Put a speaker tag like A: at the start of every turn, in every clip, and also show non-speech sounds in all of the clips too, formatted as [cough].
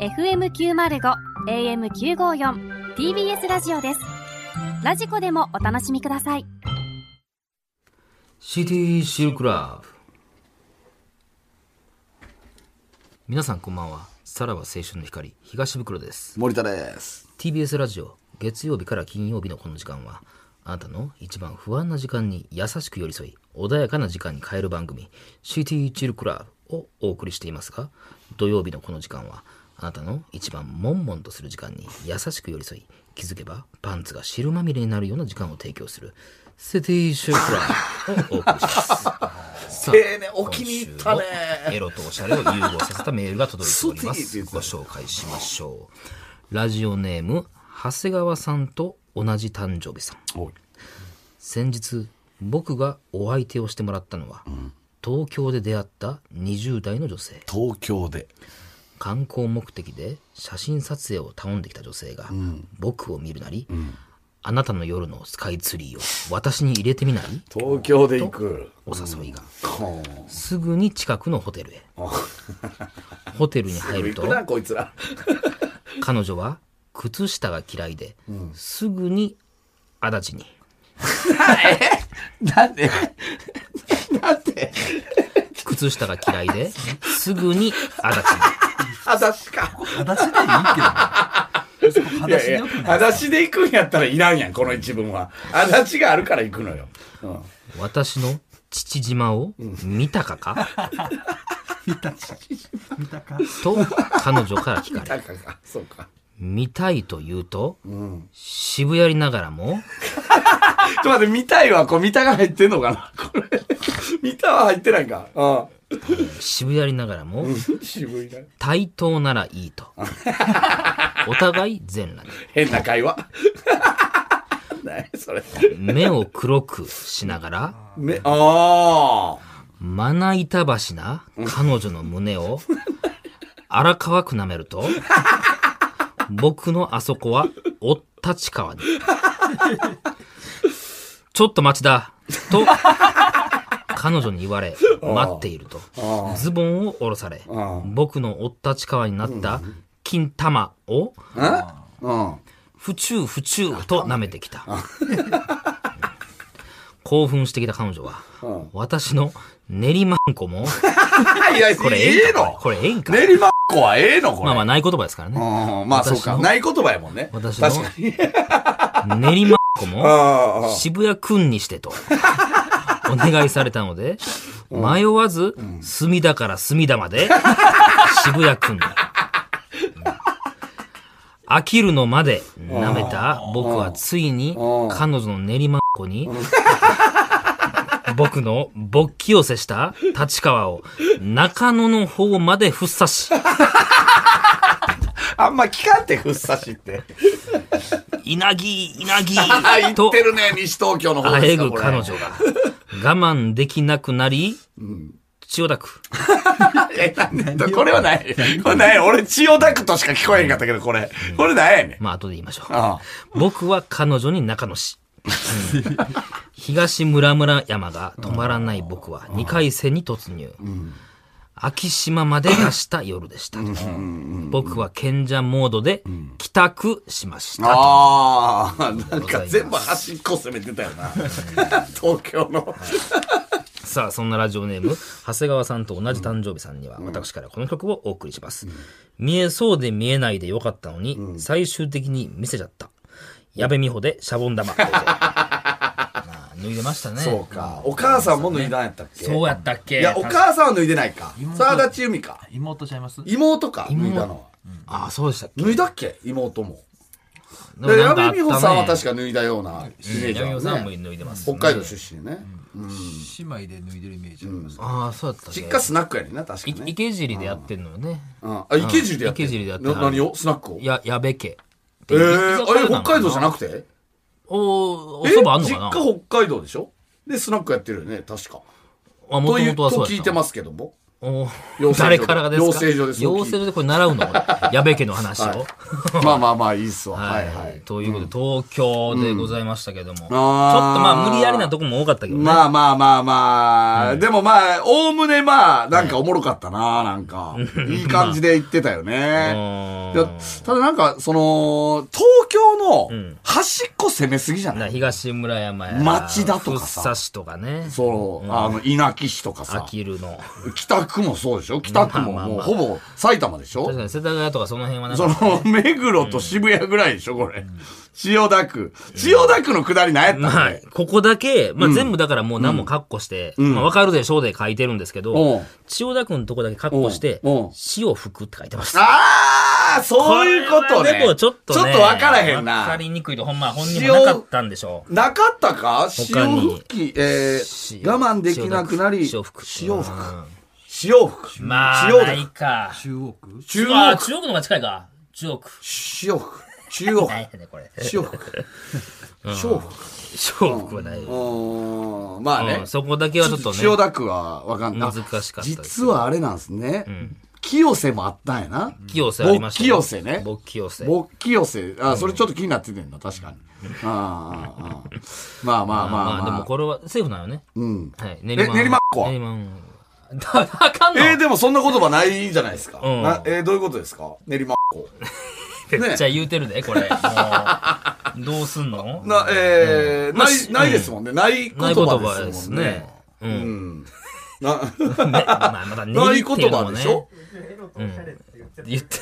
A: FM905 AM954 TBS ラジオですラジコでもお楽しみください
B: シティシルクラブ皆さんこんばんはさらば青春の光東袋です
C: 森田です
B: TBS ラジオ月曜日から金曜日のこの時間はあなたの一番不安な時間に優しく寄り添い穏やかな時間に変える番組「シティチルクラブ」をお送りしていますが土曜日のこの時間はあなたの一番悶々とする時間に優しく寄り添い気づけばパンツが汁まみれになるような時間を提供する「シティチルクラブ」をお送りします。 [laughs] さあ
C: ええねお気に入ったね
B: 今週もエロとおしゃれを融合させたメールが届いておりま
C: スティ
B: す
C: ーって
B: ご
C: 言って
B: 紹介しましょうラジオネーム長谷川さんと同じ誕生日さん先日僕がお相手をしてもらったのは、東京で出会った20代の女性
C: 東京で
B: 観光目的で写真撮影を頼んできた女性が、僕を見るなり、あなたの夜のスカイツリーを私に入れてみない
C: 東京で行く
B: お誘いが、
C: ほ
B: すぐに近くのホテルへホテルに入ると
C: 行くなこいつら
B: 彼女は靴下が嫌いで、すぐに足立に
C: なんでなんで
B: 靴下が嫌いですぐに足立に
C: 裸足か
D: 裸足でいいけどね。
C: い
D: 裸足
C: やい
D: でよ
C: や
D: くない。
C: 裸足で行くんやったらいらんやんこの一文は裸足があるから行くのよ、うん、
B: 私の父島を見たかか、
D: 見たか。見たか。
B: と彼女から聞かれ
C: だからそうか
B: 見たいと言うと、渋谷にながらも
C: ちょっと待って見たいわこれ見たが入ってんのかなこれ見たは入ってないかあ
B: 渋谷にながらも、
C: あ渋いな
B: 対等ならいいとお互い全裸に
C: 変な会話 [laughs] 何それ
B: 目を黒くしながら
C: めああ
B: まな板橋な彼女の胸を荒川く舐めると僕のあそこはおったち川にちょっと待ちだと彼女に言われ待っているとズボンを下ろされ僕のおったち川になった金玉を
C: うん
B: 府中府中と舐めてきた。興奮してきた彼女は、私の練馬んこも、
C: いや、
B: これえ
C: え
B: え
C: え
B: んか
C: の
B: これこれええんか
C: 練馬っ子はええのこれ。
B: まあまあ
C: あ
B: ない言葉ですからね。
C: まあ、まあそう
B: 私
C: か。
B: の
C: ない言葉やもんね。
B: 私の
C: 確かに。
B: 練馬んこも、
C: ああ
B: 渋谷くんにして
C: [laughs]
B: と、お願いされたので、迷わず、墨田から墨田まで、渋谷くんに。うん飽きるのまで舐めた僕はついに彼女の練馬んこに [laughs] 僕の勃起を接した立川を中野の方までふっさし、
C: あんま聞かんて、ふっさしって。
B: 稲城、稲
C: [laughs] ああ、
B: 城
C: 言
B: [laughs] と
C: ってるね、西東京の方
B: あえ
C: ですか
B: ぐ
C: これ。
B: 彼女が我慢できなくなり、千代田区、
C: [laughs] え、なんだこれはない。これない。俺、千代田区としか聞こえへんかったけど、これ。これないやねん。
B: まあ後で言いましょう。
C: あ
B: 僕は彼女に中野市。うん東村村山が止まらない僕は2回戦に突入。秋島まで出した夜でした。僕は賢者モードで帰宅しました。
C: あ。ああ、なんか全部端っこ攻めてたよな。東京の。
B: さあそんなラジオネーム長谷川さんと同じ誕生日さんには私からこの曲をお送りします、見えそうで見えないでよかったのに、最終的に見せちゃった矢部美穂でシャボン
C: [laughs]
B: 玉まあ脱いでましたね
C: そうか。お母さんも脱いだんやったっけ
B: そうやったっけ
C: いや、お母さんは脱いでないか。さあ、足立由美か。
D: 妹ちゃいます
C: 妹か、脱いだのは。
B: ああそうでしたっけ
C: 脱いだっけ妹も。
B: でも
C: で
B: な
C: 矢
B: んかあった
C: 部
B: ね
C: 美穂さんは確か脱いだようなイメ
B: うん
C: ージ
B: 矢部美穂さ
C: あ
B: んも
C: るね。
B: 脱いでます、
C: 北海道出身ね。
D: 姉妹で脱いでるイメージあります。
B: ああそうやったっけ
C: 実家スナックやねんな、確か
B: い
C: にね。
B: 池尻でやってんのよね、
C: うんあ、池尻でやってんの
B: 池尻でやって
C: な何をスナックを
B: いや矢部家
C: えー、あれ北海道じゃ
B: い
C: なくて
B: おお
C: え
B: そばあんのかな
C: 実家北海道でしょで、スナックやってるよね、確か。
B: あ
C: と
B: もと
C: いう
B: もとはそう
C: と
B: やっ
C: 聞い
B: た
C: て
B: の
C: ますけども。
B: お
C: 養成所
B: 誰からがですか
C: 養成所です [laughs]
B: 養成所でこれ習うの俺矢部家の話を。
C: まあまあまあ、いいっすわ。
B: は、
C: はいい
B: は
C: はいい。
B: ということで、東京でございましたけども、ちょっとまあ無理やりなとこも多かったけどね。
C: まあまあまあまあ、でもまあ、おおむねまあ、なんかおもろかったな、なんか。いい感じで言ってたよね。
B: う
C: いや
B: ん
C: ただなんか、その、東京
B: ん
C: の端っこ攻めすぎじゃな
B: ない東村山や
C: 町田とかさ
B: 福生市とかね
C: そう、あの、稲城市とか
B: あ
C: さ、
B: きるの
C: 北区もそうでしょ北区も
B: まあまあ
C: もう
B: まあ
C: ほぼ埼玉でしょ
B: 確かに世田谷とかその辺はなん
C: そ
B: か [laughs]
C: の、目黒と渋谷ぐらいでしょ、これ。千代田区。千代田区の下り何やった
B: ま
C: の
B: あ
C: ね、
B: ここだけ、まあ、全部だからもう何もカッコして、まあ、わかるでしょうで書いてるんですけ
C: お
B: ど、
C: う
B: 千代田区のとこだけカッコして
C: おうおう、
B: 死を吹くって書いてます。
C: ああそういうこと
B: れは
C: ね。
B: でもちょっとね。
C: ちょっと分からへんな。
B: 分かりにくいと、ほんま本人もなかったんでしょう。
C: なかったか
B: 他に
C: 潮吹き、えー、
B: 塩
C: 我慢できなくなり、
B: 塩吹く。
C: 潮吹
B: うん
C: き。潮吹き。
B: まあ、
C: 潮
B: ない
C: 吹
B: か。
D: 中央区
C: き。中
B: あ
C: 央
B: ー、
C: 区。
B: 中国の方が近いか。中国。
C: 潮吹き。中央区
B: な。いね、これ。
C: 潮吹き。潮吹き。。
B: 中国はないう
C: ーん。まあね
B: うん。そこだけはちょっとね。
C: 千代田区はわかんない。
B: 難しかったです
C: 実はあれなんですね。清瀬もあったんやな。
B: 清瀬ありました
C: 勃起寄せね
B: 勃起寄せ。
C: 勃起寄せ。あ、それちょっと気になっててんな、確かに。ああ、ああ。まあまあまあ
B: まあ、で
C: ま
B: も
C: あ。
B: これはセーフなのね。
C: うん。
B: はい。
C: え
B: 練馬。
C: 練馬っ子は
B: 練馬。だ、あかんの
C: えー、でもそんな言葉ないじゃないですか。
B: うん
C: なえー、どういうことですか練馬っ子。
B: めっちゃ言うてるで、これ。もう、どうすんの
C: な、えー、ない、ないですもんね。ない言
B: ない言
C: 葉
B: 葉
C: で
B: ですす
C: もんね。
B: ね。うん。ね
C: [laughs] な、
B: [laughs] まあ、また、ね
C: ない
B: り
C: 言
B: っていうの
C: 葉
B: も
C: で
B: ね
C: し。ょ
B: 言って。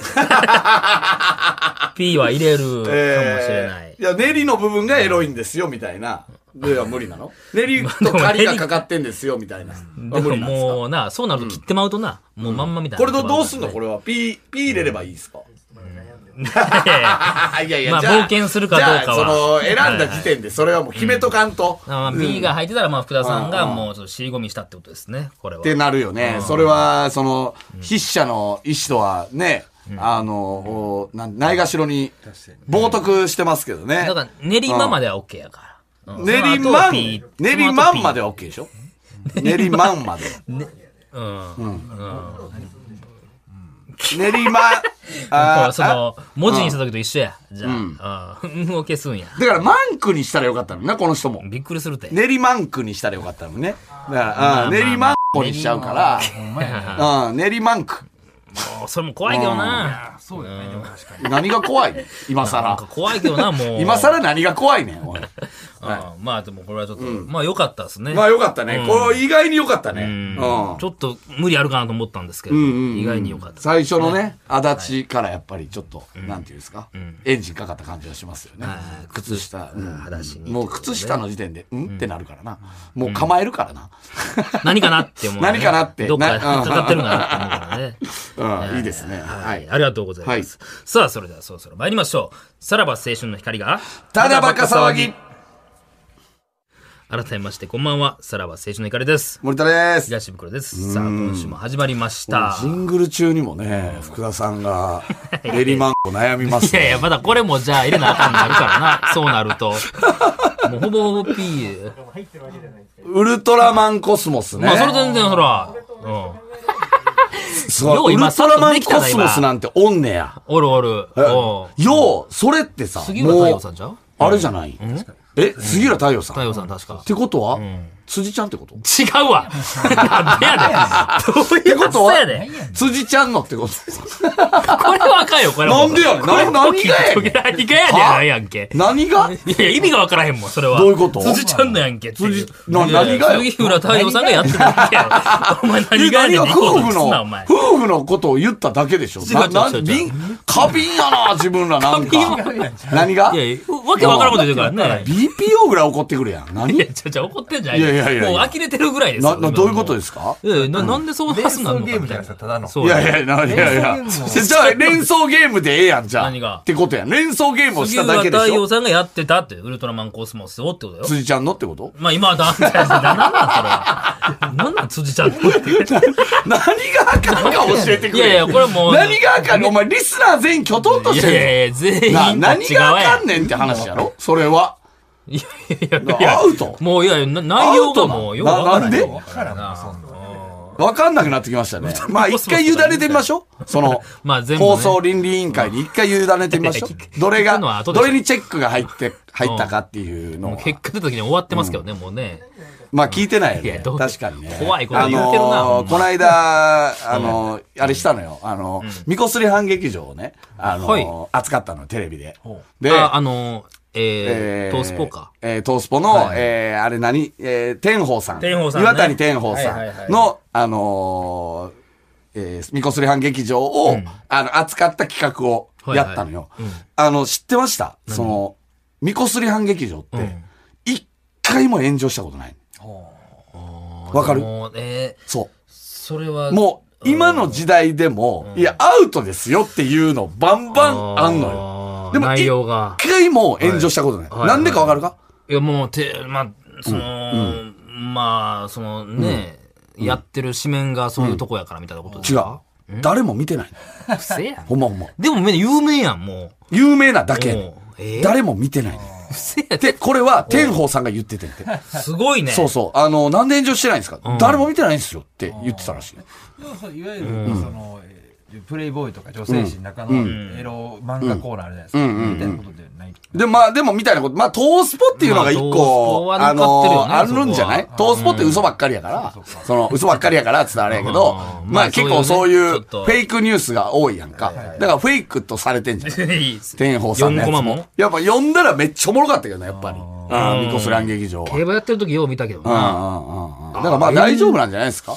B: P [laughs] は入れるかもしれない
C: えー。いや、練りの部分がエロいんですよ、みたいな。では無理
B: [laughs]
C: なの練りと狩りがかかってんですよ、みたいな。
B: で
C: 無
B: も
C: 理なんですか
B: もうな、そうなると切ってまうとな、もうまんまみたいな。
C: これどどうすん
B: [laughs]
C: のこれは。ピー、ピー入れればいいですか
B: いやいや
C: あいやいや、
B: まあ
C: じゃ
B: 冒険するかどうかは
C: じゃあその、選んだ時点で、それはもう決めとかんと。
B: まあ、B が入ってたら、まあ、福田さんが
C: うんうん
B: もうちょっと尻込みしたってことですね、これは。
C: ってなるよね。それは、その、筆者の意思とはね、あの、おなんないがしろに、冒涜してますけどね
B: だ。から、練馬までは OK やから。うん
C: 練馬ん、
B: その後 P
C: 練馬んまで
B: その後
C: は OK でしょ練馬んまで。
B: [laughs] P うん。
C: 練
B: [laughs]
C: 馬、
B: こ
C: あ
B: うその、文字にした時と一緒や。じゃあ、うん。を消すんや。
C: だから、マンクにしたらよかったのね、この人も。
B: びっくりするて。
C: 練馬んくにしたらよかったのね。だから、うん練馬んこにしちゃうか
D: ほんまやな
C: ら、うん、練馬んく。
B: もうそれも怖いけどな。
D: あそうやねでも確かに
C: 何が怖い今
B: な
C: 更
B: んか。怖いけどな、もう。
C: 今更何が怖いねん、おい。
B: うんまあ、でもこれはちょっと、まあ、良かったですね。
C: まあよかったね。これ意外によかったね。う
B: うん
C: ん。
B: ちょっと無理あるかなと思ったんですけど、
C: うんうん
B: 意外に良かった。
C: 最初のね、足立からやっぱりちょっと、なんていうんですか、エンジンかかった感じがしますよね。
B: はい靴下、うん話に。
C: もう靴下の時点で、うんってなるからな。もう構えるからな。
B: 何かなって思う、
C: 何かなって
B: どっか
C: な
B: 引っかかってるかな
C: [laughs]
B: って思うからね。
C: [laughs] うん、いいですね。
B: は、
C: はいい。
B: ありがとうございます。さあ、それではそろそろ参りましょう。さらば青春の光が、
C: ただバカ騒ぎ。
B: 改めまして、こんばんは。さらば青春の光です。
C: 森田です。
B: 東袋です。さあ、今週も始まりました。
C: ジングル中にもね、福田さん [laughs] が、レリマンコ悩みます
B: いやい
C: ね。
B: や、まだこれもじゃあ入れなあかんなるからな。そうなる
C: [laughs]
B: と。もうほぼほぼ P。
C: ウルトラマンコスモスね。
B: まあ、それ全然ほら。うん。よ
C: そう
B: う
C: ウ
B: 今
C: ルトラマンコスモスなんておんねや。
B: おるおる。おう
C: よう、それってさ、
B: 杉浦太
C: も
B: 陽
C: う
B: さんじゃう
C: あれじゃないえ、杉浦太陽さん。
B: 太
C: っ
B: 陽さん確か。
C: てことは、辻ちゃんってことっ
B: 違うわ。なんでやねん。どうい
C: て
B: うこ
C: こと
B: とや
C: は
B: ねん。、
C: 辻ちゃんのってこと [laughs]
B: これはあかんよ、これは。
C: なんでやねん
B: これは
C: な
B: 大きい
C: 何
B: 時々何がやねん
C: は
B: ないやんけ。
C: 何が
B: いや、意味がわからへんもん、それは。
C: どういうこと
B: 辻ちゃんのやんけっていう。
C: 辻な何がよ
B: 杉浦太陽さんがやってるだけやろ。お前何がや
C: 何
B: ねん
C: が
B: って言おう
C: 夫
B: と
C: 婦
B: すな、お
C: の
B: 前、。
C: 夫婦のことを言っただけでしょ。
B: 違う違う
C: な
B: 違う違う
C: 瓶過敏やな、自分らなん
B: 過
C: か
B: 敏。
C: 何が
B: いやいや、わけわからんこと言うからね。
C: ?BPO ぐらい怒ってくるやん。何
B: いや、ちゃちゃ怒ってんじゃん。
C: いやいやいやいや
B: もう呆れてるぐらいです
C: な、
B: よ。
C: などういうことですすか
B: いやいやななんでそう
D: ベー
B: 話す
D: ス
B: んだろ
D: の
B: う
D: ゲームじゃないですかただの
B: そう
C: い
B: や
C: やいや、ないやいや。
D: 連想ゲームを
C: じゃあ、連想ゲームでええやん、じゃあ。
B: 何が
C: ってことやん。連想ゲームをし
B: 杉
C: た
B: 浦
C: だけで
B: 太
C: し
B: 陽
C: ょ。
B: さんがやってたって、ウルトラマンコスモスをってことよ。
C: 辻ちゃんのってこと
B: まあ今はだ、なんなんそれは。なんなん辻ちゃんのって。
C: 何があかんか教えてく
B: い
C: れ。
B: やいや、これもう。
C: 何があかんかお前、リスナー全員きょとんと
B: い
C: し
B: や
C: て
B: い
C: るよ
B: やいや、全員
C: な、
B: こっ
C: 何
B: ち側
C: があ
B: や
C: かんねんって話やろそれは。
B: いやいやいやいや
C: アウト
B: もういや、な内容がもうよくわから
C: ななんで
B: わからんな
C: わかんなくなってきましたね。まあ一回委ねてみましょう。その、
B: まあ全部ね
C: 放送倫理委員会に一回委ねてみましょ
B: [laughs] いや聞く
C: う。どれ
B: 聞くのは
C: が、
B: 後でしょ
C: どれにチェックが入って、入ったかっていうの
B: もう
C: は。
B: 結果出た時に終わってますけどね、もうね。
C: まあ聞いてないよ
B: いや
C: ね。
B: どう
C: 確かにね。
B: 怖いこと言ってるな
C: あ
B: ほ
C: の
B: ん
C: ー
B: ま
C: この間、あのー、あれしたのよ。あのー、みこすり反劇場をね、あの
B: は
C: ー、扱ったの、テレビで。で、
B: あ、あの、
C: え
B: えー、トースポーか。。
C: えー、トースポの、えーあれ何えー、天宝さん。
B: 天宝さんね
C: 岩谷天宝さんの、
B: はいはいはい
C: あのー、えー、みこすり反劇場を、あの、扱った企画をやったのよ。
B: はいはいうん
C: あの、知ってましたその、みこすり反劇場っ
B: う
C: て
B: ん、
C: 一回も炎上したことない。わかる
B: もうえー、
C: そう。
B: それは、
C: もう、今の時代でも、いや、アウトですよっていうのバンバンあんのよ。
B: で
C: で
B: も、
C: も、
B: 内容
C: 一
B: が。
C: 回も炎上したことない。
B: はい
C: なんでかわかるか、
B: いや、もう、て、まあ、その、まあ、そのね、やってる紙面がそういうとこやからみたいなことですか、
C: 違う。誰も見てない。
B: う。不正やん
C: ほ。んまほんま。
B: でも、有名やん、も
C: 有名なだ
B: う。
C: け
B: も。うえー、
C: 誰も見てない。
B: 不正や
C: で、これは天宝さんが言っててんて。
B: すご [laughs] いね。
C: そうそう。あの、なんで炎上してないんですか誰も見てないんですよって言ってたらしい。
D: そういわゆる、その、えープレイボーイとか女性誌の中のエロ漫画コーナーあるじゃないですか。みたいなことではない。
C: で、まあ、でもみたいなこと、まあ、トースポっていうのが一
B: まあトースポ
C: 個、
B: は
C: あ
B: 乗っかってるよ
C: の、
B: ね
C: あるんじゃない
B: そこは
C: トースポって嘘ばっかりやから、その、嘘ばっかりやからって言ったらあれやけど
B: う、ん
C: ま
B: まあ
C: あ結構そうい
B: そういうね
C: う
B: ちょ
C: フ
B: っと
C: ェイクニュースが多いやんか。だからフェイクとされてんじゃん。
B: [laughs] いいっす
C: 天宝さんのや
B: 4
C: つ
B: コマも
C: も。やっぱ読んだらめっちゃおもろかったけどね、やっぱり。うん、ミコスラン劇場は。うん
B: 競馬やってる時よう見たけど
C: うん
B: な。
C: うんうん。だからまあ大丈夫なんじゃないですか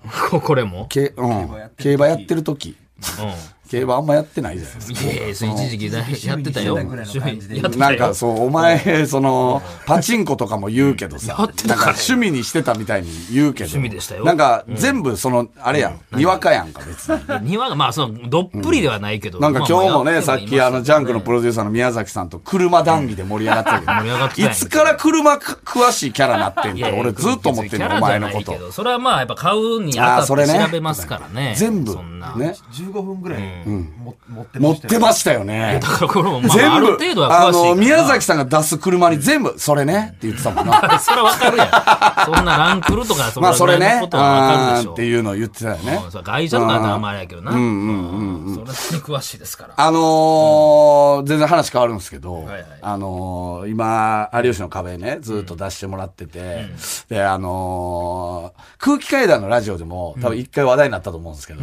B: [laughs] これも。
C: けうん、競馬やってる時
B: う
C: 競馬あんまやってないじゃないです
B: ん。いやいや、そう一時期ねやってたよ。
D: 趣味にしてたぐらいの感じで
B: やって
C: か。
B: た
C: [laughs] な
B: よ
C: んかそう、お前、 [laughs] その、パチンコとかも言うけどさ、
B: やってた
C: なん
B: から
C: か趣味にしてたみたいに言うけど、
B: 趣味でしたよ
C: なんか全部その、あれやん、にわかやんか別に。
B: 庭が、まあ、その、どっぷりではないけど。
C: なんか今日もね、さっきあの、ジャンクのプ
B: ロ。
C: ロデューサーの宮崎さんと車談義で盛り上がってたけど、
B: 盛り上がってたん
C: い
B: やけど
C: つから車詳しいキャラなってん
B: い
C: って、
B: やいや
C: 俺ずっと思ってんの、お前のこ
B: 別にキャラじゃないけ
C: と。
B: どそれはまあ、やっぱ買うに
C: あ
B: あ
C: あ、
B: た
C: そ
B: っ
C: れ
B: て
C: ね。
B: 調べますからね。
C: 全部
B: そんな。。
C: ね。
D: 15分ぐらい、も持って
C: 持ってま
D: し
C: したよね。
B: だからこれも、まあ、
C: 全
B: ある
C: 部
B: 程度、は
C: あ
B: 詳しいから
C: の、宮崎さんが出す車に全部、それねって言ってたもんな。
B: [laughs] それはわかるやん。そんなランクルとか、そん
C: ま
B: な
C: あ、それね
B: こ。とはわかる
C: あ
B: でし
C: ー
B: ょ。
C: っていうのを言ってたよね
B: う。んそれ外車とかだったらあんまあれやけどな。うんそれに詳しいですから。
C: あのー全然話変わるんですけど、
B: はいはい
C: あのー今、有吉の壁ね、ずっと出してもらってて、で、あのー空気階段のラジオでも、多分一回話題になったと思うんですけど、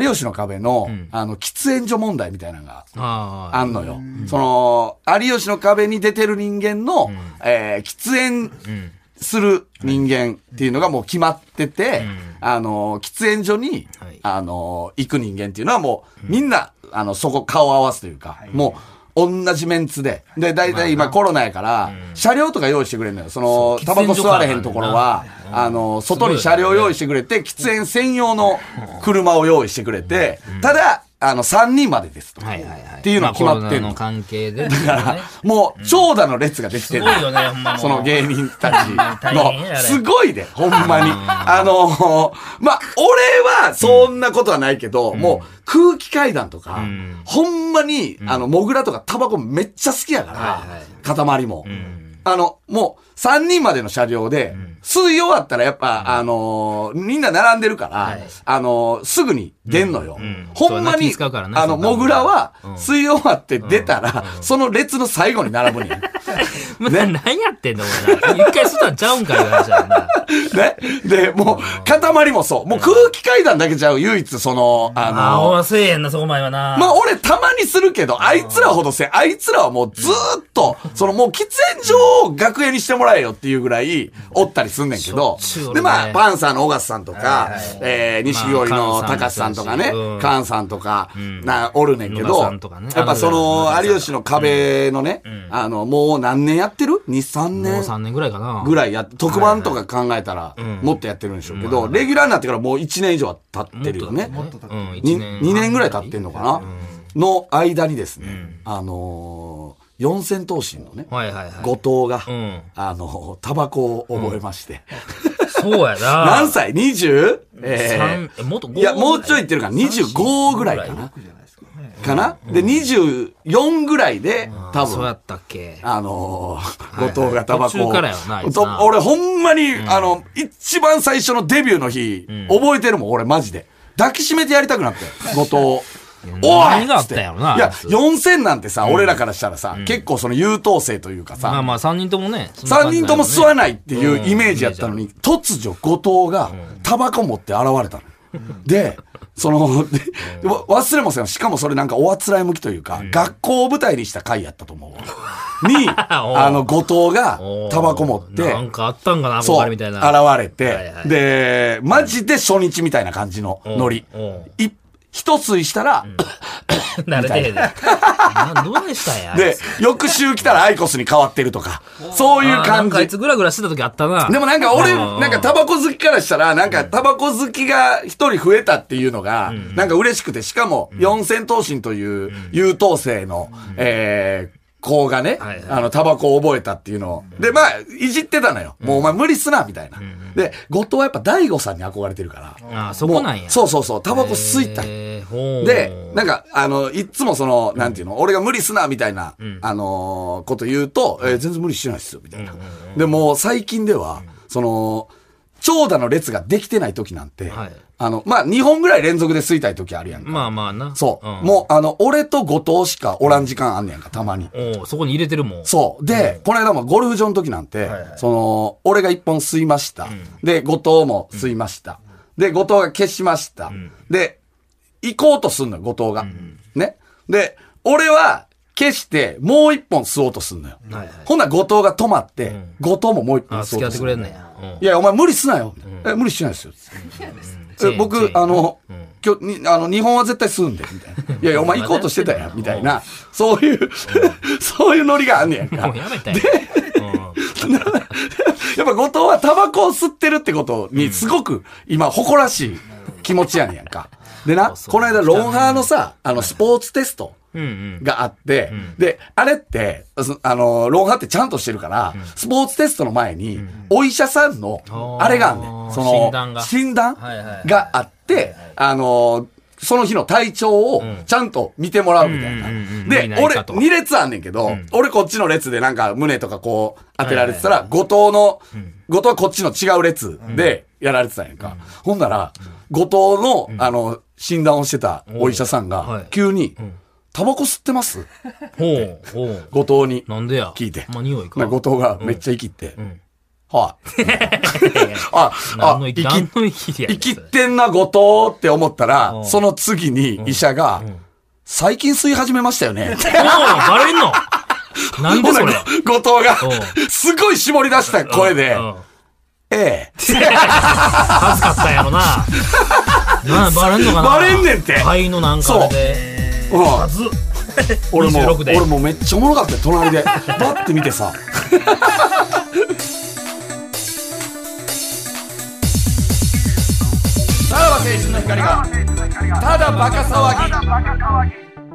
C: 有吉の壁の、あの、喫煙所問題みたいなのが
B: ああ。
C: あんのよ。その、有吉の壁に出てる人間の、えー喫煙する人間っていうのがもう決まってて、あの、喫煙所に、
B: はい
C: あの、行く人間っていうのはもう、みんな、あの、そこ顔合わすというか、もう、同じメンツで。で、大体今コロナやから、車両とか用意してくれるのよ。その、
B: そう
C: タバコ吸われへんところは、あの、外に車両用意してくれて、喫煙専用の車を用意してくれて、ただ、あの、3人までですと。
B: はいはいはい。
C: っていうのは決まってん
B: ま
C: の
B: あコロナの関係で。
C: だから、もう、長蛇の列ができて
B: す
C: る
B: ご。いよね、ほんまもう
C: その芸人たち
B: [laughs] 大変や
C: の、
B: ね
C: すごいで、ほんまに。あのーまあ、俺はそんなことはないけど、もう空気階段とか、ほんまに、あの、モグラとかタバコめっちゃ好きやか
B: はいはい
C: ら、塊も。あの、もう、3人までの車両で、吸い終わったらやっぱ、あのーみんな並んでるから
B: い、
C: あのーすぐに出んのよ
B: ん。
C: ほんま
B: そうやな
C: に
B: 気、使うからな
C: あの、
B: そんなもん
C: モグラは、吸い終わって出たら、その列の最後に並ぶんや。
B: もう [laughs] な何やってんの、俺ら。一回したんちゃうんかい、話やな。
C: ね。で、もう、塊もそう。もう空気階段だけじゃう、唯一、その、 [laughs] あ
B: あ
C: の、
B: あ、せえへんな、そこまではな。
C: まあ、俺たまにするけど、あいつらほどせん、あいつらはもうずーっと、そのもう喫煙所を楽屋にしてもらえよっていうぐらいおったりすんねんけど
B: しょっちゅうお、るね
C: で、まあ、パンサーの小笠さんとか、えー、錦鯉の
B: まあ
C: 高橋さんとかね
B: うん、
C: カンさんとか、な、おるねんけ
B: 野田
C: ど、
B: さんとかね
C: やっぱその
B: あ、の
C: 有吉の壁のね、あの、もう何年やってる ?2、3
B: もう
C: 年。
B: 3年ぐらいかな。
C: ぐらいやって、特番とか考えたら、もっとやってるんでしょうけど、レギュラーになってからもう1年以上は経ってるよね。
B: もっと経ってるうん一
C: に
B: 年
C: 2年ぐらい経ってんのかなの間にですね、あのー、四千頭身のね、
B: はいはいはい。
C: 後藤が
B: うん、
C: あのー、タバコを覚えまして。
B: そうやな。
C: [laughs] 何歳 ?20? え
B: 三えもっと
C: ーいや、もうちょい行ってるから、25ぐらいかな。
D: たじゃないですかね。
C: かな、で、24ぐらいで、多
B: そう
C: 分
B: や、ったっけ
C: あのー
B: はい
C: 後藤がタバコ
B: 途
C: を
B: 中からやなあいつ
C: と
B: な
C: 俺ほんまに、あの、一番最初のデビューの日、覚えてるもん、俺マジで。抱きしめてやりた
B: [laughs]
C: くなったよ、後藤。おい
B: 何があったんやろな
C: つっていや、
B: あいつ
C: 4000なんてさ、俺らからしたらさ、結構その優等生というか
B: まあ
C: さ、
B: まあ3人ともね
C: 三3人とも吸わ
B: い
C: ないっていうイメージやったのに、突如後藤がタバコ持って現れたの。で、その、でわ忘れもせんよ。しかもそれなんかおあつらい向きというか、学校を舞台にした回やったと思うわ。に、
B: [laughs] おう
C: あの、後藤がタバコ持って、
B: なんかあったんかな
C: そ
B: 憧れ
C: う、現
B: みたいな
C: れ
B: はい
C: て
B: は、い
C: で、マジで初日みたいな感じのノリ
B: おう。
C: い一吸いしたら、
B: [laughs] 慣れてへんねんなどうでしたんや
C: [laughs] で、翌週来たらアイコスに変わってるとか、そういう
B: あーな
C: 感
B: んかあい
C: じ。
B: つグラグラしてた時あったな
C: でもなんか俺、
B: うんうんうん
C: なんかタバコ好きからしたら、なんかタバコ好きが一人増えたっていうのが、なんか嬉しくて、しかも四千頭身という優等生の、えー、子がね
B: はいはい、
C: あの、タバコを覚えたっていうのを。で、まあ、いじってたのよ。もうお前無理すな、みたいな。で、後藤はやっぱ大悟さんに憧れてるから。
B: あーそこなん
C: も
B: や
C: うそうそうそう、タバコ吸いたい。
B: へーほう
C: で、なんか、あの、いっつもその、なんていうの、俺が無理すな、みたいな、あのーこと言うと、えー全然無理してないっすよ、みたいな。で、もう最近では、その、長蛇の列ができてない時なんて、
B: はい
C: あの、まあ、2本ぐらい連続で吸いたい時あるやんか。
B: まあまあな
C: そう、
B: ん
C: もう、あの、俺と後藤しかおらん時間あんねやんか、たまに。
B: おうそこに入れてるもん
C: そう。で、この間もゴルフ場の時なんて、その、俺が一本吸いました。で、後藤も吸いました。で、後藤が消しました。で、行こうとすんのよ、後藤が。ね。で、俺は消して、もう一本吸おうとすんのよ。
B: はいはい
C: ほんなら後藤が止まって、後藤ももう一本
B: あ
C: 吸
B: 付
C: おう
B: き合
C: と
B: って
C: す
B: く
C: る。
B: れんねやうん
C: いや、お前無理すなよ。え無理してないですよ。
B: チェー
C: え
B: ン
C: 僕
B: チェ、ーン
C: あの、今日に、あの、日本は絶対吸うんで、みたいな。いやい
B: [laughs]
C: や、お前行こうとしてたやん、みたいな。そういう、 [laughs] そういうノリがあんねやんか
B: もう。やめたよ
C: な [laughs] やっぱ後藤はタバコを吸ってるってことにすごく今誇らしい気持ちやねんやんか。でな、
B: [laughs] そう
C: この間ロンハーのさ、あのスポーツテスト
B: うんうん
C: [laughs] があって、で、あれって、そあの、ロンハーってちゃんとしてるから、スポーツテストの前に、お医者さんの
B: あ、ー
C: あれがあんねん。その、
B: 診断が
C: 診断
B: はいはいはい
C: があって、あの、その日の体調をちゃんと見てもらうみた
B: う
C: いな
B: んうんうんうん。
C: で
B: 見ない、
C: 俺、
B: かと
C: 2列あんねんけど、俺こっちの列でなんか胸とかこう当てられてたら、後藤の、後藤はこっちの違う列でやられてたんやんか。ほんなら、後藤の、あの、診断をしてたお医者さん
B: おうはい
C: が、急に、タバコ吸ってます
B: ほうほう
C: 後藤に。
B: なんでや
C: 聞いて
B: まあ匂いか
C: まあ後藤がめっちゃ生きって
B: ん。 [laughs]
C: はい。 [laughs] あ、あ
B: 何、の
C: 生
B: 息
C: き
B: 何の息でや
C: 生
B: ねん
C: きっ
B: それ
C: てんな、後藤って思った
B: う
C: ら、
B: ん
C: その次に医者が、最近吸い始めましたよね。
B: おうバレんのなんでそ
C: [laughs]
B: れ
C: 後藤が
B: う、
C: [laughs] すごい絞り出した声で
B: う、ん
C: ええ。
B: 恥ずかったんやろななバレんのかな
C: バレんねんて
B: 肺のなんかあれで
C: うん
B: ず
C: 俺も、
B: 26で
C: 俺もめっちゃおもろかったよ、隣 [laughs] で。バッて見てさ。さらば青春の光が、ただバカ騒ぎ。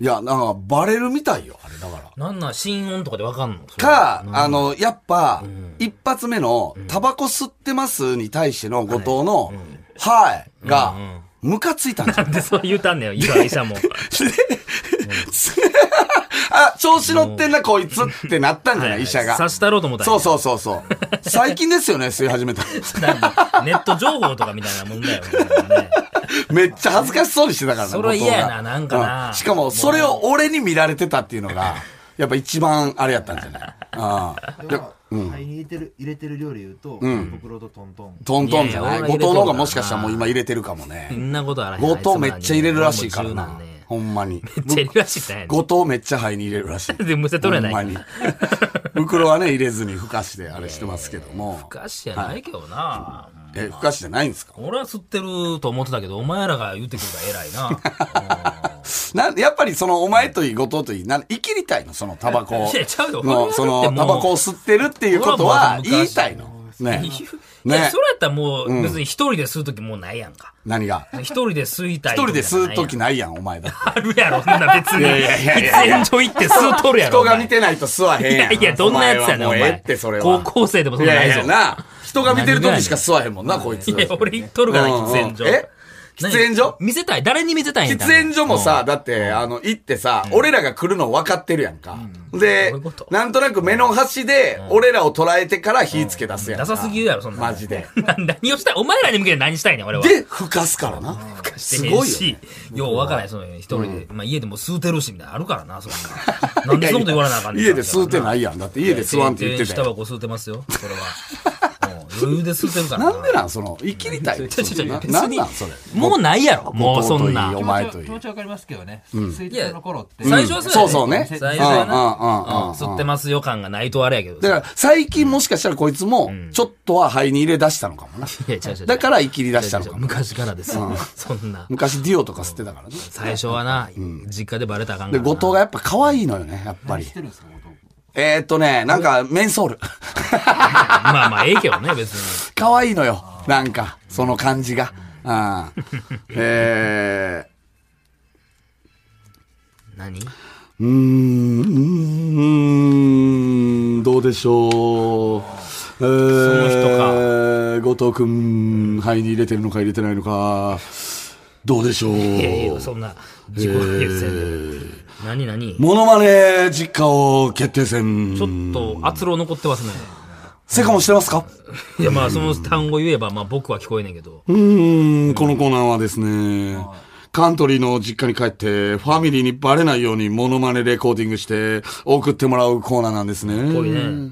C: いや、なんか、バレるみたいよ、あれだから。
B: なんなん心音とかでわかんのそれ
C: か、
B: なん
C: あの、やっぱ、一発目の、タバコ吸ってますに対しての後藤の、はい、が、ムカついたんじゃん。
B: でそう言うたんねよ岩井さ
C: [laughs]
B: んも [laughs]
C: あ、調子乗ってんな、こいつってなったんじゃない医者が。
B: 刺したろうと思ったんや
C: そうそうそうそう。最近ですよね、吸い始めた。
B: なんかネット情報とかみたいなもんだよ、ね、
C: めっちゃ恥ずかしそうにしてたからな
B: それは
C: 後藤が
B: 嫌やななんかな
C: うしかも、それを俺に見られてたっていうのが、やっぱ一番あれやったんじゃないああ。
E: でも肺に入れてる入れてる料理言うと、袋とトントン
C: トントンじゃない
B: いやいや俺は
C: 後
B: 入れとる
C: 藤の方がもしかしたらもう今入れてるかも
B: そ
C: ね。
B: んなことあらへん
C: 後藤めっちゃ入れるらしいから
B: 俺も
C: な
B: 十年。
C: ほんまに。
B: めっちゃ入れるらしいってなんやね
C: 後藤めっちゃ肺に入れるらしい。
B: [laughs] んでむせ取れない
C: ほんまに。
B: [laughs]
C: 袋はね、入れずに、ふかしであれしてますけども。
B: おかしいやないけどな、
C: え、ふかしじゃないんですか
B: 俺は吸ってると思ってたけどお前らが言ってくるから偉いな
C: なんやっぱりその、お前といい、後藤といい、なん生きりたいの、そのタバコを。
B: いやちゃうよ
C: の
B: 俺はだって
C: そ
B: もう
C: の、タバコを吸ってるっていうことは、
B: 俺はもう
C: 言い
B: 昔
C: たいの。
B: い
C: [laughs] ね
B: やそ
C: ね
B: れやったらもう別に一人で吸う時もうないやんか。
C: 何が
B: 一人で吸いたい。
C: 一人で吸う時
B: な。
C: ないやん、お前だっ
B: あ
C: て。
B: るやろ、そんな別に。
C: いやいやいやい
B: 喫
C: やいや
B: 煙所行って吸うとるやろ。
C: 人が見
B: お
C: てないと吸わへ
B: 前
C: ん
B: い
C: や
B: や
C: ん。
B: いや、どんなやつやねん、お
C: お前はもうええ
B: 前
C: って、それ。は。
B: 高校生でもそん
C: い
B: なな
C: や
B: い
C: い
B: ぞ。
C: やな、人が見てる時しか吸わへんもんな、こいつ。
B: いや、俺行っとるから、
C: うんう
B: 喫
C: ん
B: 煙所。
C: え
B: 何
C: 喫煙所
B: 見せたい。誰に見せたいんや
C: 喫煙所もさ、、だって、あの、行ってさ、俺らが来るの分かってるやんか。で
B: どういうこと、
C: なんとなく目の端で、俺らを捉えてから火つけ出すやんか。
B: ダサすぎるやろ、そんな。 [laughs]
C: マジで。
B: な。何をしたいお前らに向けて何したいねん、俺は。
C: で、吹かすからな。
B: す
C: す
B: ご
C: ご
B: い
C: い
B: よ、
C: よね
B: ようわからない、その一人で。まあ家でも吸うてるし、みたいなのあるからな、そんな。
C: [laughs]
B: なんでそんなこと言わなあかんねん。
C: 家で吸うてないやん。だって家で吸わんって言って
B: 吸
C: た
B: タ
C: や
B: バコ吸うてますよ、それは。うん余裕で吸うてるか
C: ん
B: ら
C: なんでなんその、生きりたいって
B: ちょちょちょ
C: な
B: 別に
C: なんなんそれ。
B: もうないやろ、もうそんな
C: お。前といい
D: 気持ちわかりますけどね。水筒の頃って。
B: 最初は
C: そうそうね。
B: 最初は
C: うんうんうん
B: な
C: う
B: う
C: ん
B: ん。吸ってますよ感がないとあれやけど。
C: だから、最近もしかしたらこいつも、ちょっとは肺に入れ出したのかもな。
B: いや違う違う違う
C: だから生きり出した
B: 違
C: の
B: う違
C: か
B: う
C: も。
B: 昔からですよ。そんな。
C: 昔ディオとか吸ってたからね。
B: 最初はな、実家でバレたらあかんか
C: で、
B: らな。
C: 後藤がやっぱ可愛いのよね、やっぱり
D: し。てるんですか、後藤
C: えーっとね、なんか、メンソール。
B: まあまあ、ええけどね、別に。
C: 可愛いのよ。なんか、その感じが。うん。えー
B: 何
C: うーんうーん、どうでしょう。えー、
B: そ
C: 後藤くん、肺に入れてるのか入れてないのか、どうでしょう。
B: いやいや、そんな、自己優先で。何何ち
C: モノマネ実家を決定戦。
B: ょっと、圧力残ってますね。
C: セカもしてますか
B: いや、まあ、その単語言えば、まあ、僕は聞こえねえけど。
C: うーん、このコーナーはですね、カントリーの実家に帰って、ファミリーにバレないようにモノマネレコーディングして送ってもらうコーナーなんですね。
B: ぽいね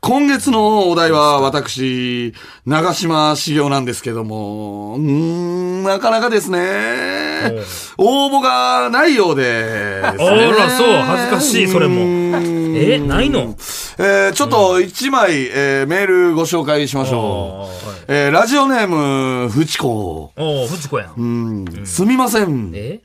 C: 今月のお題は私、長島修行なんですけども、うーん、なかなかですね、応募がないようで
B: あら、そう、恥ずかしい、それも。え、ないの
C: えーちょっと一枚、えーメールご紹介しましょう。
B: はい
C: えーラジオネーム、フチコ。
B: おお、藤子やん。
C: うん、すみません。
B: え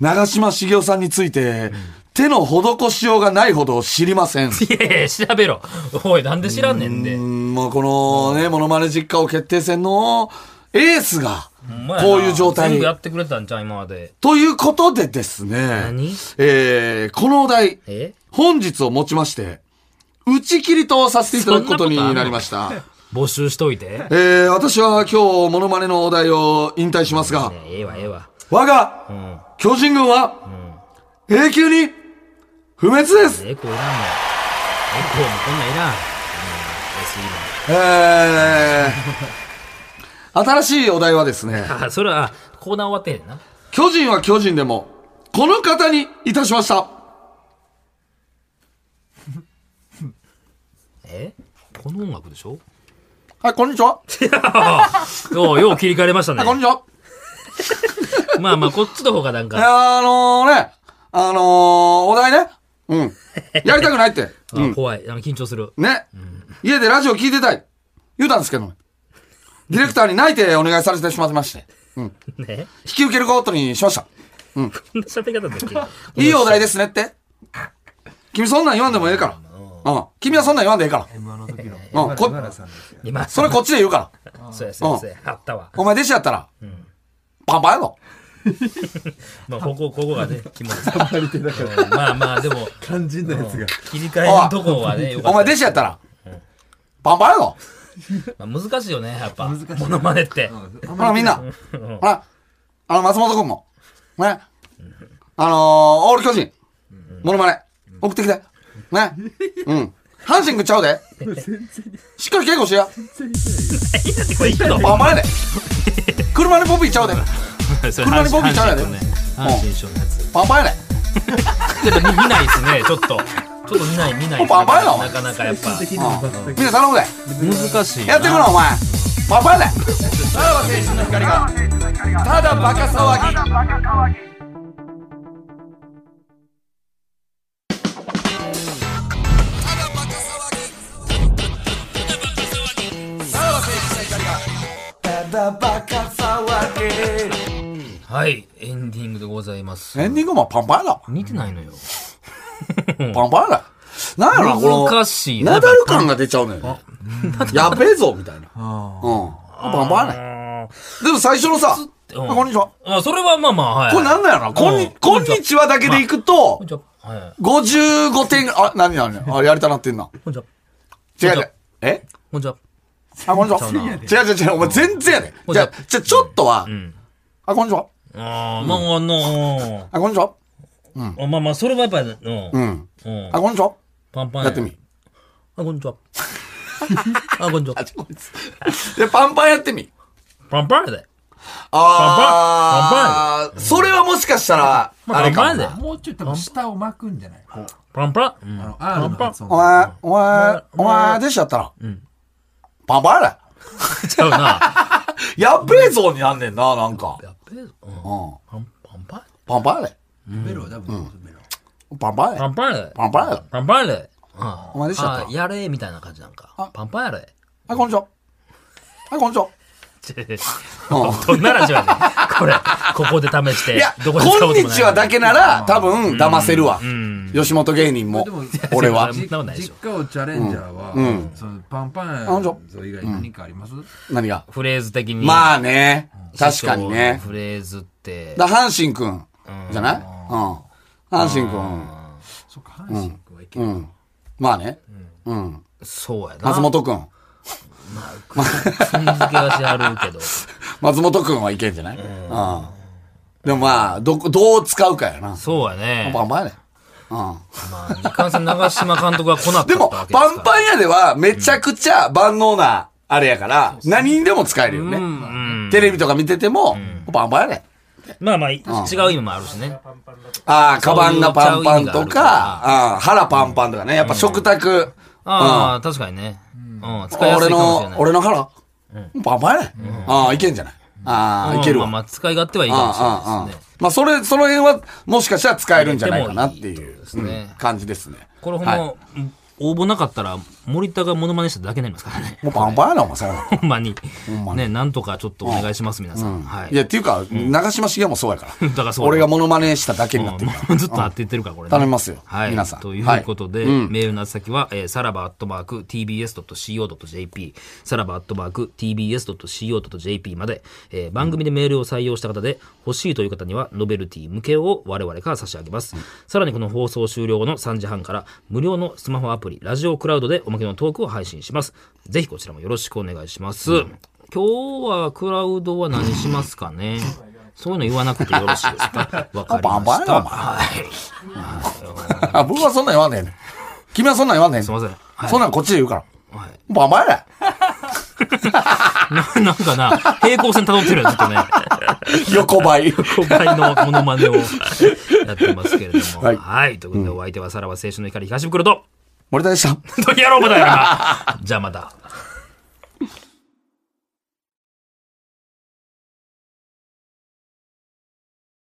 C: 長島茂雄さんについて、手の施しようがないほど知りま [laughs] せん。
B: いやいや、調べろ。おい、なんで知らんねんで
C: う。んもうこのね、モノマネ実家を決定戦のエースが
B: ほんまや、な
C: こういう状態
B: 全部
C: に
B: や。ってくれたんちゃう、今まで。
C: ということでですね
B: 何、
C: えー、このお題、
B: え
C: 本日をもちまして、打ち切りとさせていただくことになりました。
B: 募集しといて。
C: えー、私は今日、モノマネのお題を引退しますが、
B: ええわ、ええわ。
C: 我が、巨人軍は、永久に、不滅です
B: エコーいらんの。エコーもこんなんいらん。うん、SE も。
C: [laughs] えー、 [laughs] 新しいお題はですね、
B: あ、それは、コーナー終わってんねんな。
C: 巨人は巨人でも、この方にいたしました。
B: えこの音楽でしょ
C: はい、こんにちは。
B: おうよう切り替えれましたね
C: あ、。こんにちは。
B: まあまあ、こっちの方がなん
C: い
B: か、
C: やあのね、あのー、お題ね。うん。やりたくないって。 [laughs] う
B: あ
C: ん。
B: 怖い。なんか緊張する。
C: ね。家でラジオ聞いてたい。言うたんですけどね。ディレクターに泣いてお願いされてしまいまして。
B: ね
C: 引き受けることにしました。
B: こんな喋り方だっけ
C: いいお題ですねって。君そんなん言わんでもええから。うん。君はそんなん言わんでええか
D: M1 の時の。
C: ら。うん。こ
D: 今田さんですよ。
B: 今、
C: それこっちで言うから。
B: そうや、そうやそうや、あったわ。
C: お前弟子やったら、パンパンやぞ。
B: まあ、ここ、ここがね、気持ち悪い。うんまあまあ、でも、
D: 肝心なやつが。
B: 切り替えのとこはね、よか
C: お
B: っ
C: 前弟子やったら、パンパンやぞ。
B: た。まあ難しいよね、やっぱ。モノマネって。
D: うんあん
C: ほ
D: ま
C: らみんな、ほら、あの松本君も、ね、あのー、オール巨人、モノマネ、送ってきて、ね、うん。阪神くちゃうで。しっかり稽古しや。
B: これいいの
C: パンパンやで。車にポピーちゃうで。車にボビーちゃうやで
B: ね。阪神師匠のやつ。
C: パンパンやで。
B: ちょっと見 [laughs] 見ないですね、ちょっと。ちょっと見ない、見ない。
C: お前甘いの
B: なかなかやっぱ、
C: うんみんな頼むで。
B: 難しいな。
C: やってくのお前パパださらば青春の光がただバカ騒ぎ
B: はい、エンディングでございます。
C: エンディングもパンパンやだ
B: 似てないのよ。
C: パンパンやだなんやろな、この、
B: 難しいな
C: ナダル感が出ちゃうのよね。やべえぞ、みたいな。うん。バンバンない。でも最初のさ、あこんにちは。
B: あそれはまあまあ、はい。
C: これなんなんやろな、こん
B: う
C: に
B: ん、
C: こんにちはだけでいく
B: こ
C: と
B: ん、にちは。はい。
C: 55点、あ、何何あ、やりたなってんな。
B: こんにちは。
C: 違う
B: こんにち
C: 違
B: は
C: う。え
B: こんにちは。
C: あ、こんにち
B: ちゃ
C: は。
B: う
C: 違
B: な
C: う違う違う、お前全然やで。
B: うん
C: じゃあ、じゃあちょっとは
B: う、ん。
C: あ、こんにちは。
B: ああ、まあ、あの
C: あ、こんにちは。
B: ー、まあまあ、それはやっぱり、う。
C: うんん。
B: うん
C: あ、こんにちは。
B: パンパン。
C: やってみ。。 [laughs]
B: あ、こんにちは。 [laughs] あ、こんにちは。
C: で、パンパンやってみ。
B: パンパンやで。
C: あー。それはもしかしたら、
B: まあ
C: あれかも
B: 頑張れ
C: な。
D: もうちょっと下を巻くんじゃないこう
B: パンパン。うん
D: あの R の発
C: お
D: 音
C: 前、お前、お前、でしちゃったら。パンパンやな。
B: ちゃう
C: [laughs]
B: な。
C: やっべえぞになんねんな、なんか。
B: やっべえぞ。うん
C: うん。
B: パンパンパン。
C: パンパンや
D: ベロだぶベロ
C: で。パンパン
B: パ
C: やで。
B: ンパンやで。
C: パンパンやで。
B: パンパンやで。
C: お前でしちゃった
B: あやれみたいな感じなんか
C: あ。
B: パンパンやで。
C: あ、こんにちは。あ、こんにちは。
B: どんなラジオやねん。これ、ここで試して。
C: いや、
B: ど
C: こ
B: こで使うことも
C: ん
B: ない
C: にちはだけなら、多分、騙せるわ
B: ん。
C: 吉本芸人も
D: でも、
C: 俺は。
B: そんなことないでし
D: 実
B: ょ
D: 家をチャレンジャーは、
C: ん
D: そのパンパン
C: あそう
D: それ以外に何かあります、
C: 何が
B: フレーズ的に。あ、
C: まあね。確かにね。
B: フレーズって。
C: だ、阪神くん。じゃないうん。阪神くん。
D: そっか、阪神君はいける。
C: うん。まあね。うん。
B: そうやな。
C: 松本くん。
B: くんづけはしはるけど。
C: 松本くんはいけんじゃないうん。でもまあ、どこ、どう使うかやな。
B: そうや
C: [laughs]
B: ね。
C: パンパンやで。うん。
B: まあ、いかんせん長嶋監督は来なかったわけです
C: でも、
B: から。
C: パンパン屋ではめちゃくちゃ万能な、あれやから、何にでも使えるよね。
B: うん
C: テレビとか見てても、パンパンやね。
B: まあまあ、違う意味もあるしね。
C: ああ、カバンがパ
B: そうい
C: ンパンと
B: うちゃう意味が
C: か、うん腹パンパンとかね。やっぱ食卓。
B: ああ、確かにね。うん、使いやす
C: 俺
B: いかもしれな
C: の
B: い。、
C: 俺の腹パンパンやね。ああ、いけんじゃないあ
B: うん
C: あ、いける
B: ま
C: わ。
B: あま
C: あ
B: あ、使い勝手はいい
C: あ、
B: かもしれ
C: ああ
B: ないですね。、
C: まあ、それ、その辺は、もしかしたら使えるんじゃないかなっ
B: で
C: て
B: もい
C: い
B: いってこと
C: う
B: ですね
C: うん感じですね。
B: これほん
C: はい
B: ま、応募なかったら、森田がモノマネしただけになりますからね。 [laughs]
C: もうパンパンやな、お前それは。
B: ほんまに。ね、なんとかちょっとお願いします、皆さん。はい
C: い。や、っていうか、長嶋茂雄もそうやから。
B: だからそうだ
C: 俺がモノマネしただけになってるから。
B: もうずっと合って言ってるから、これね。
C: 頼みますよ
B: はい。
C: 皆さん
B: ということで、
C: はいうん
B: メールの宛先は、えーさらばアットマーク tbs.co.jp、さらばアットマーク tbs.co.jp まで、えー番組でメールを採用した方で、欲しいという方には、ノベルティ向けを我々から差し上げます。さらにこの放送終了後の3時半から、無料のスマホアプリ、ラジオクラウドでおまけのトークを配信します。ぜひこちらもよろしくお願いします。今日はクラウドは何しますか
C: [laughs]
B: ねそういうの言わなくてよろしいですかわかり
C: バ
B: ま
C: ンバン
B: し
C: やな、
B: た。
C: お前。
B: はい。
C: [laughs] あ僕はそんなん言わんねえねん。君はそんなん言わんねえねん。
B: すいませんはい
C: そんなんこっちで言うから。
B: は
C: バンバンや
B: な [laughs] なんかな、平行線辿ってるよずっ [laughs] とね。
C: で。横
B: [laughs]
C: ばい。
B: 公開のモノマネをやってますけれども。
C: は
B: はいい。ということで、お相手はさらば青春の光東袋と、
C: 森田でした。
B: とやろうまだよな。じゃあまた。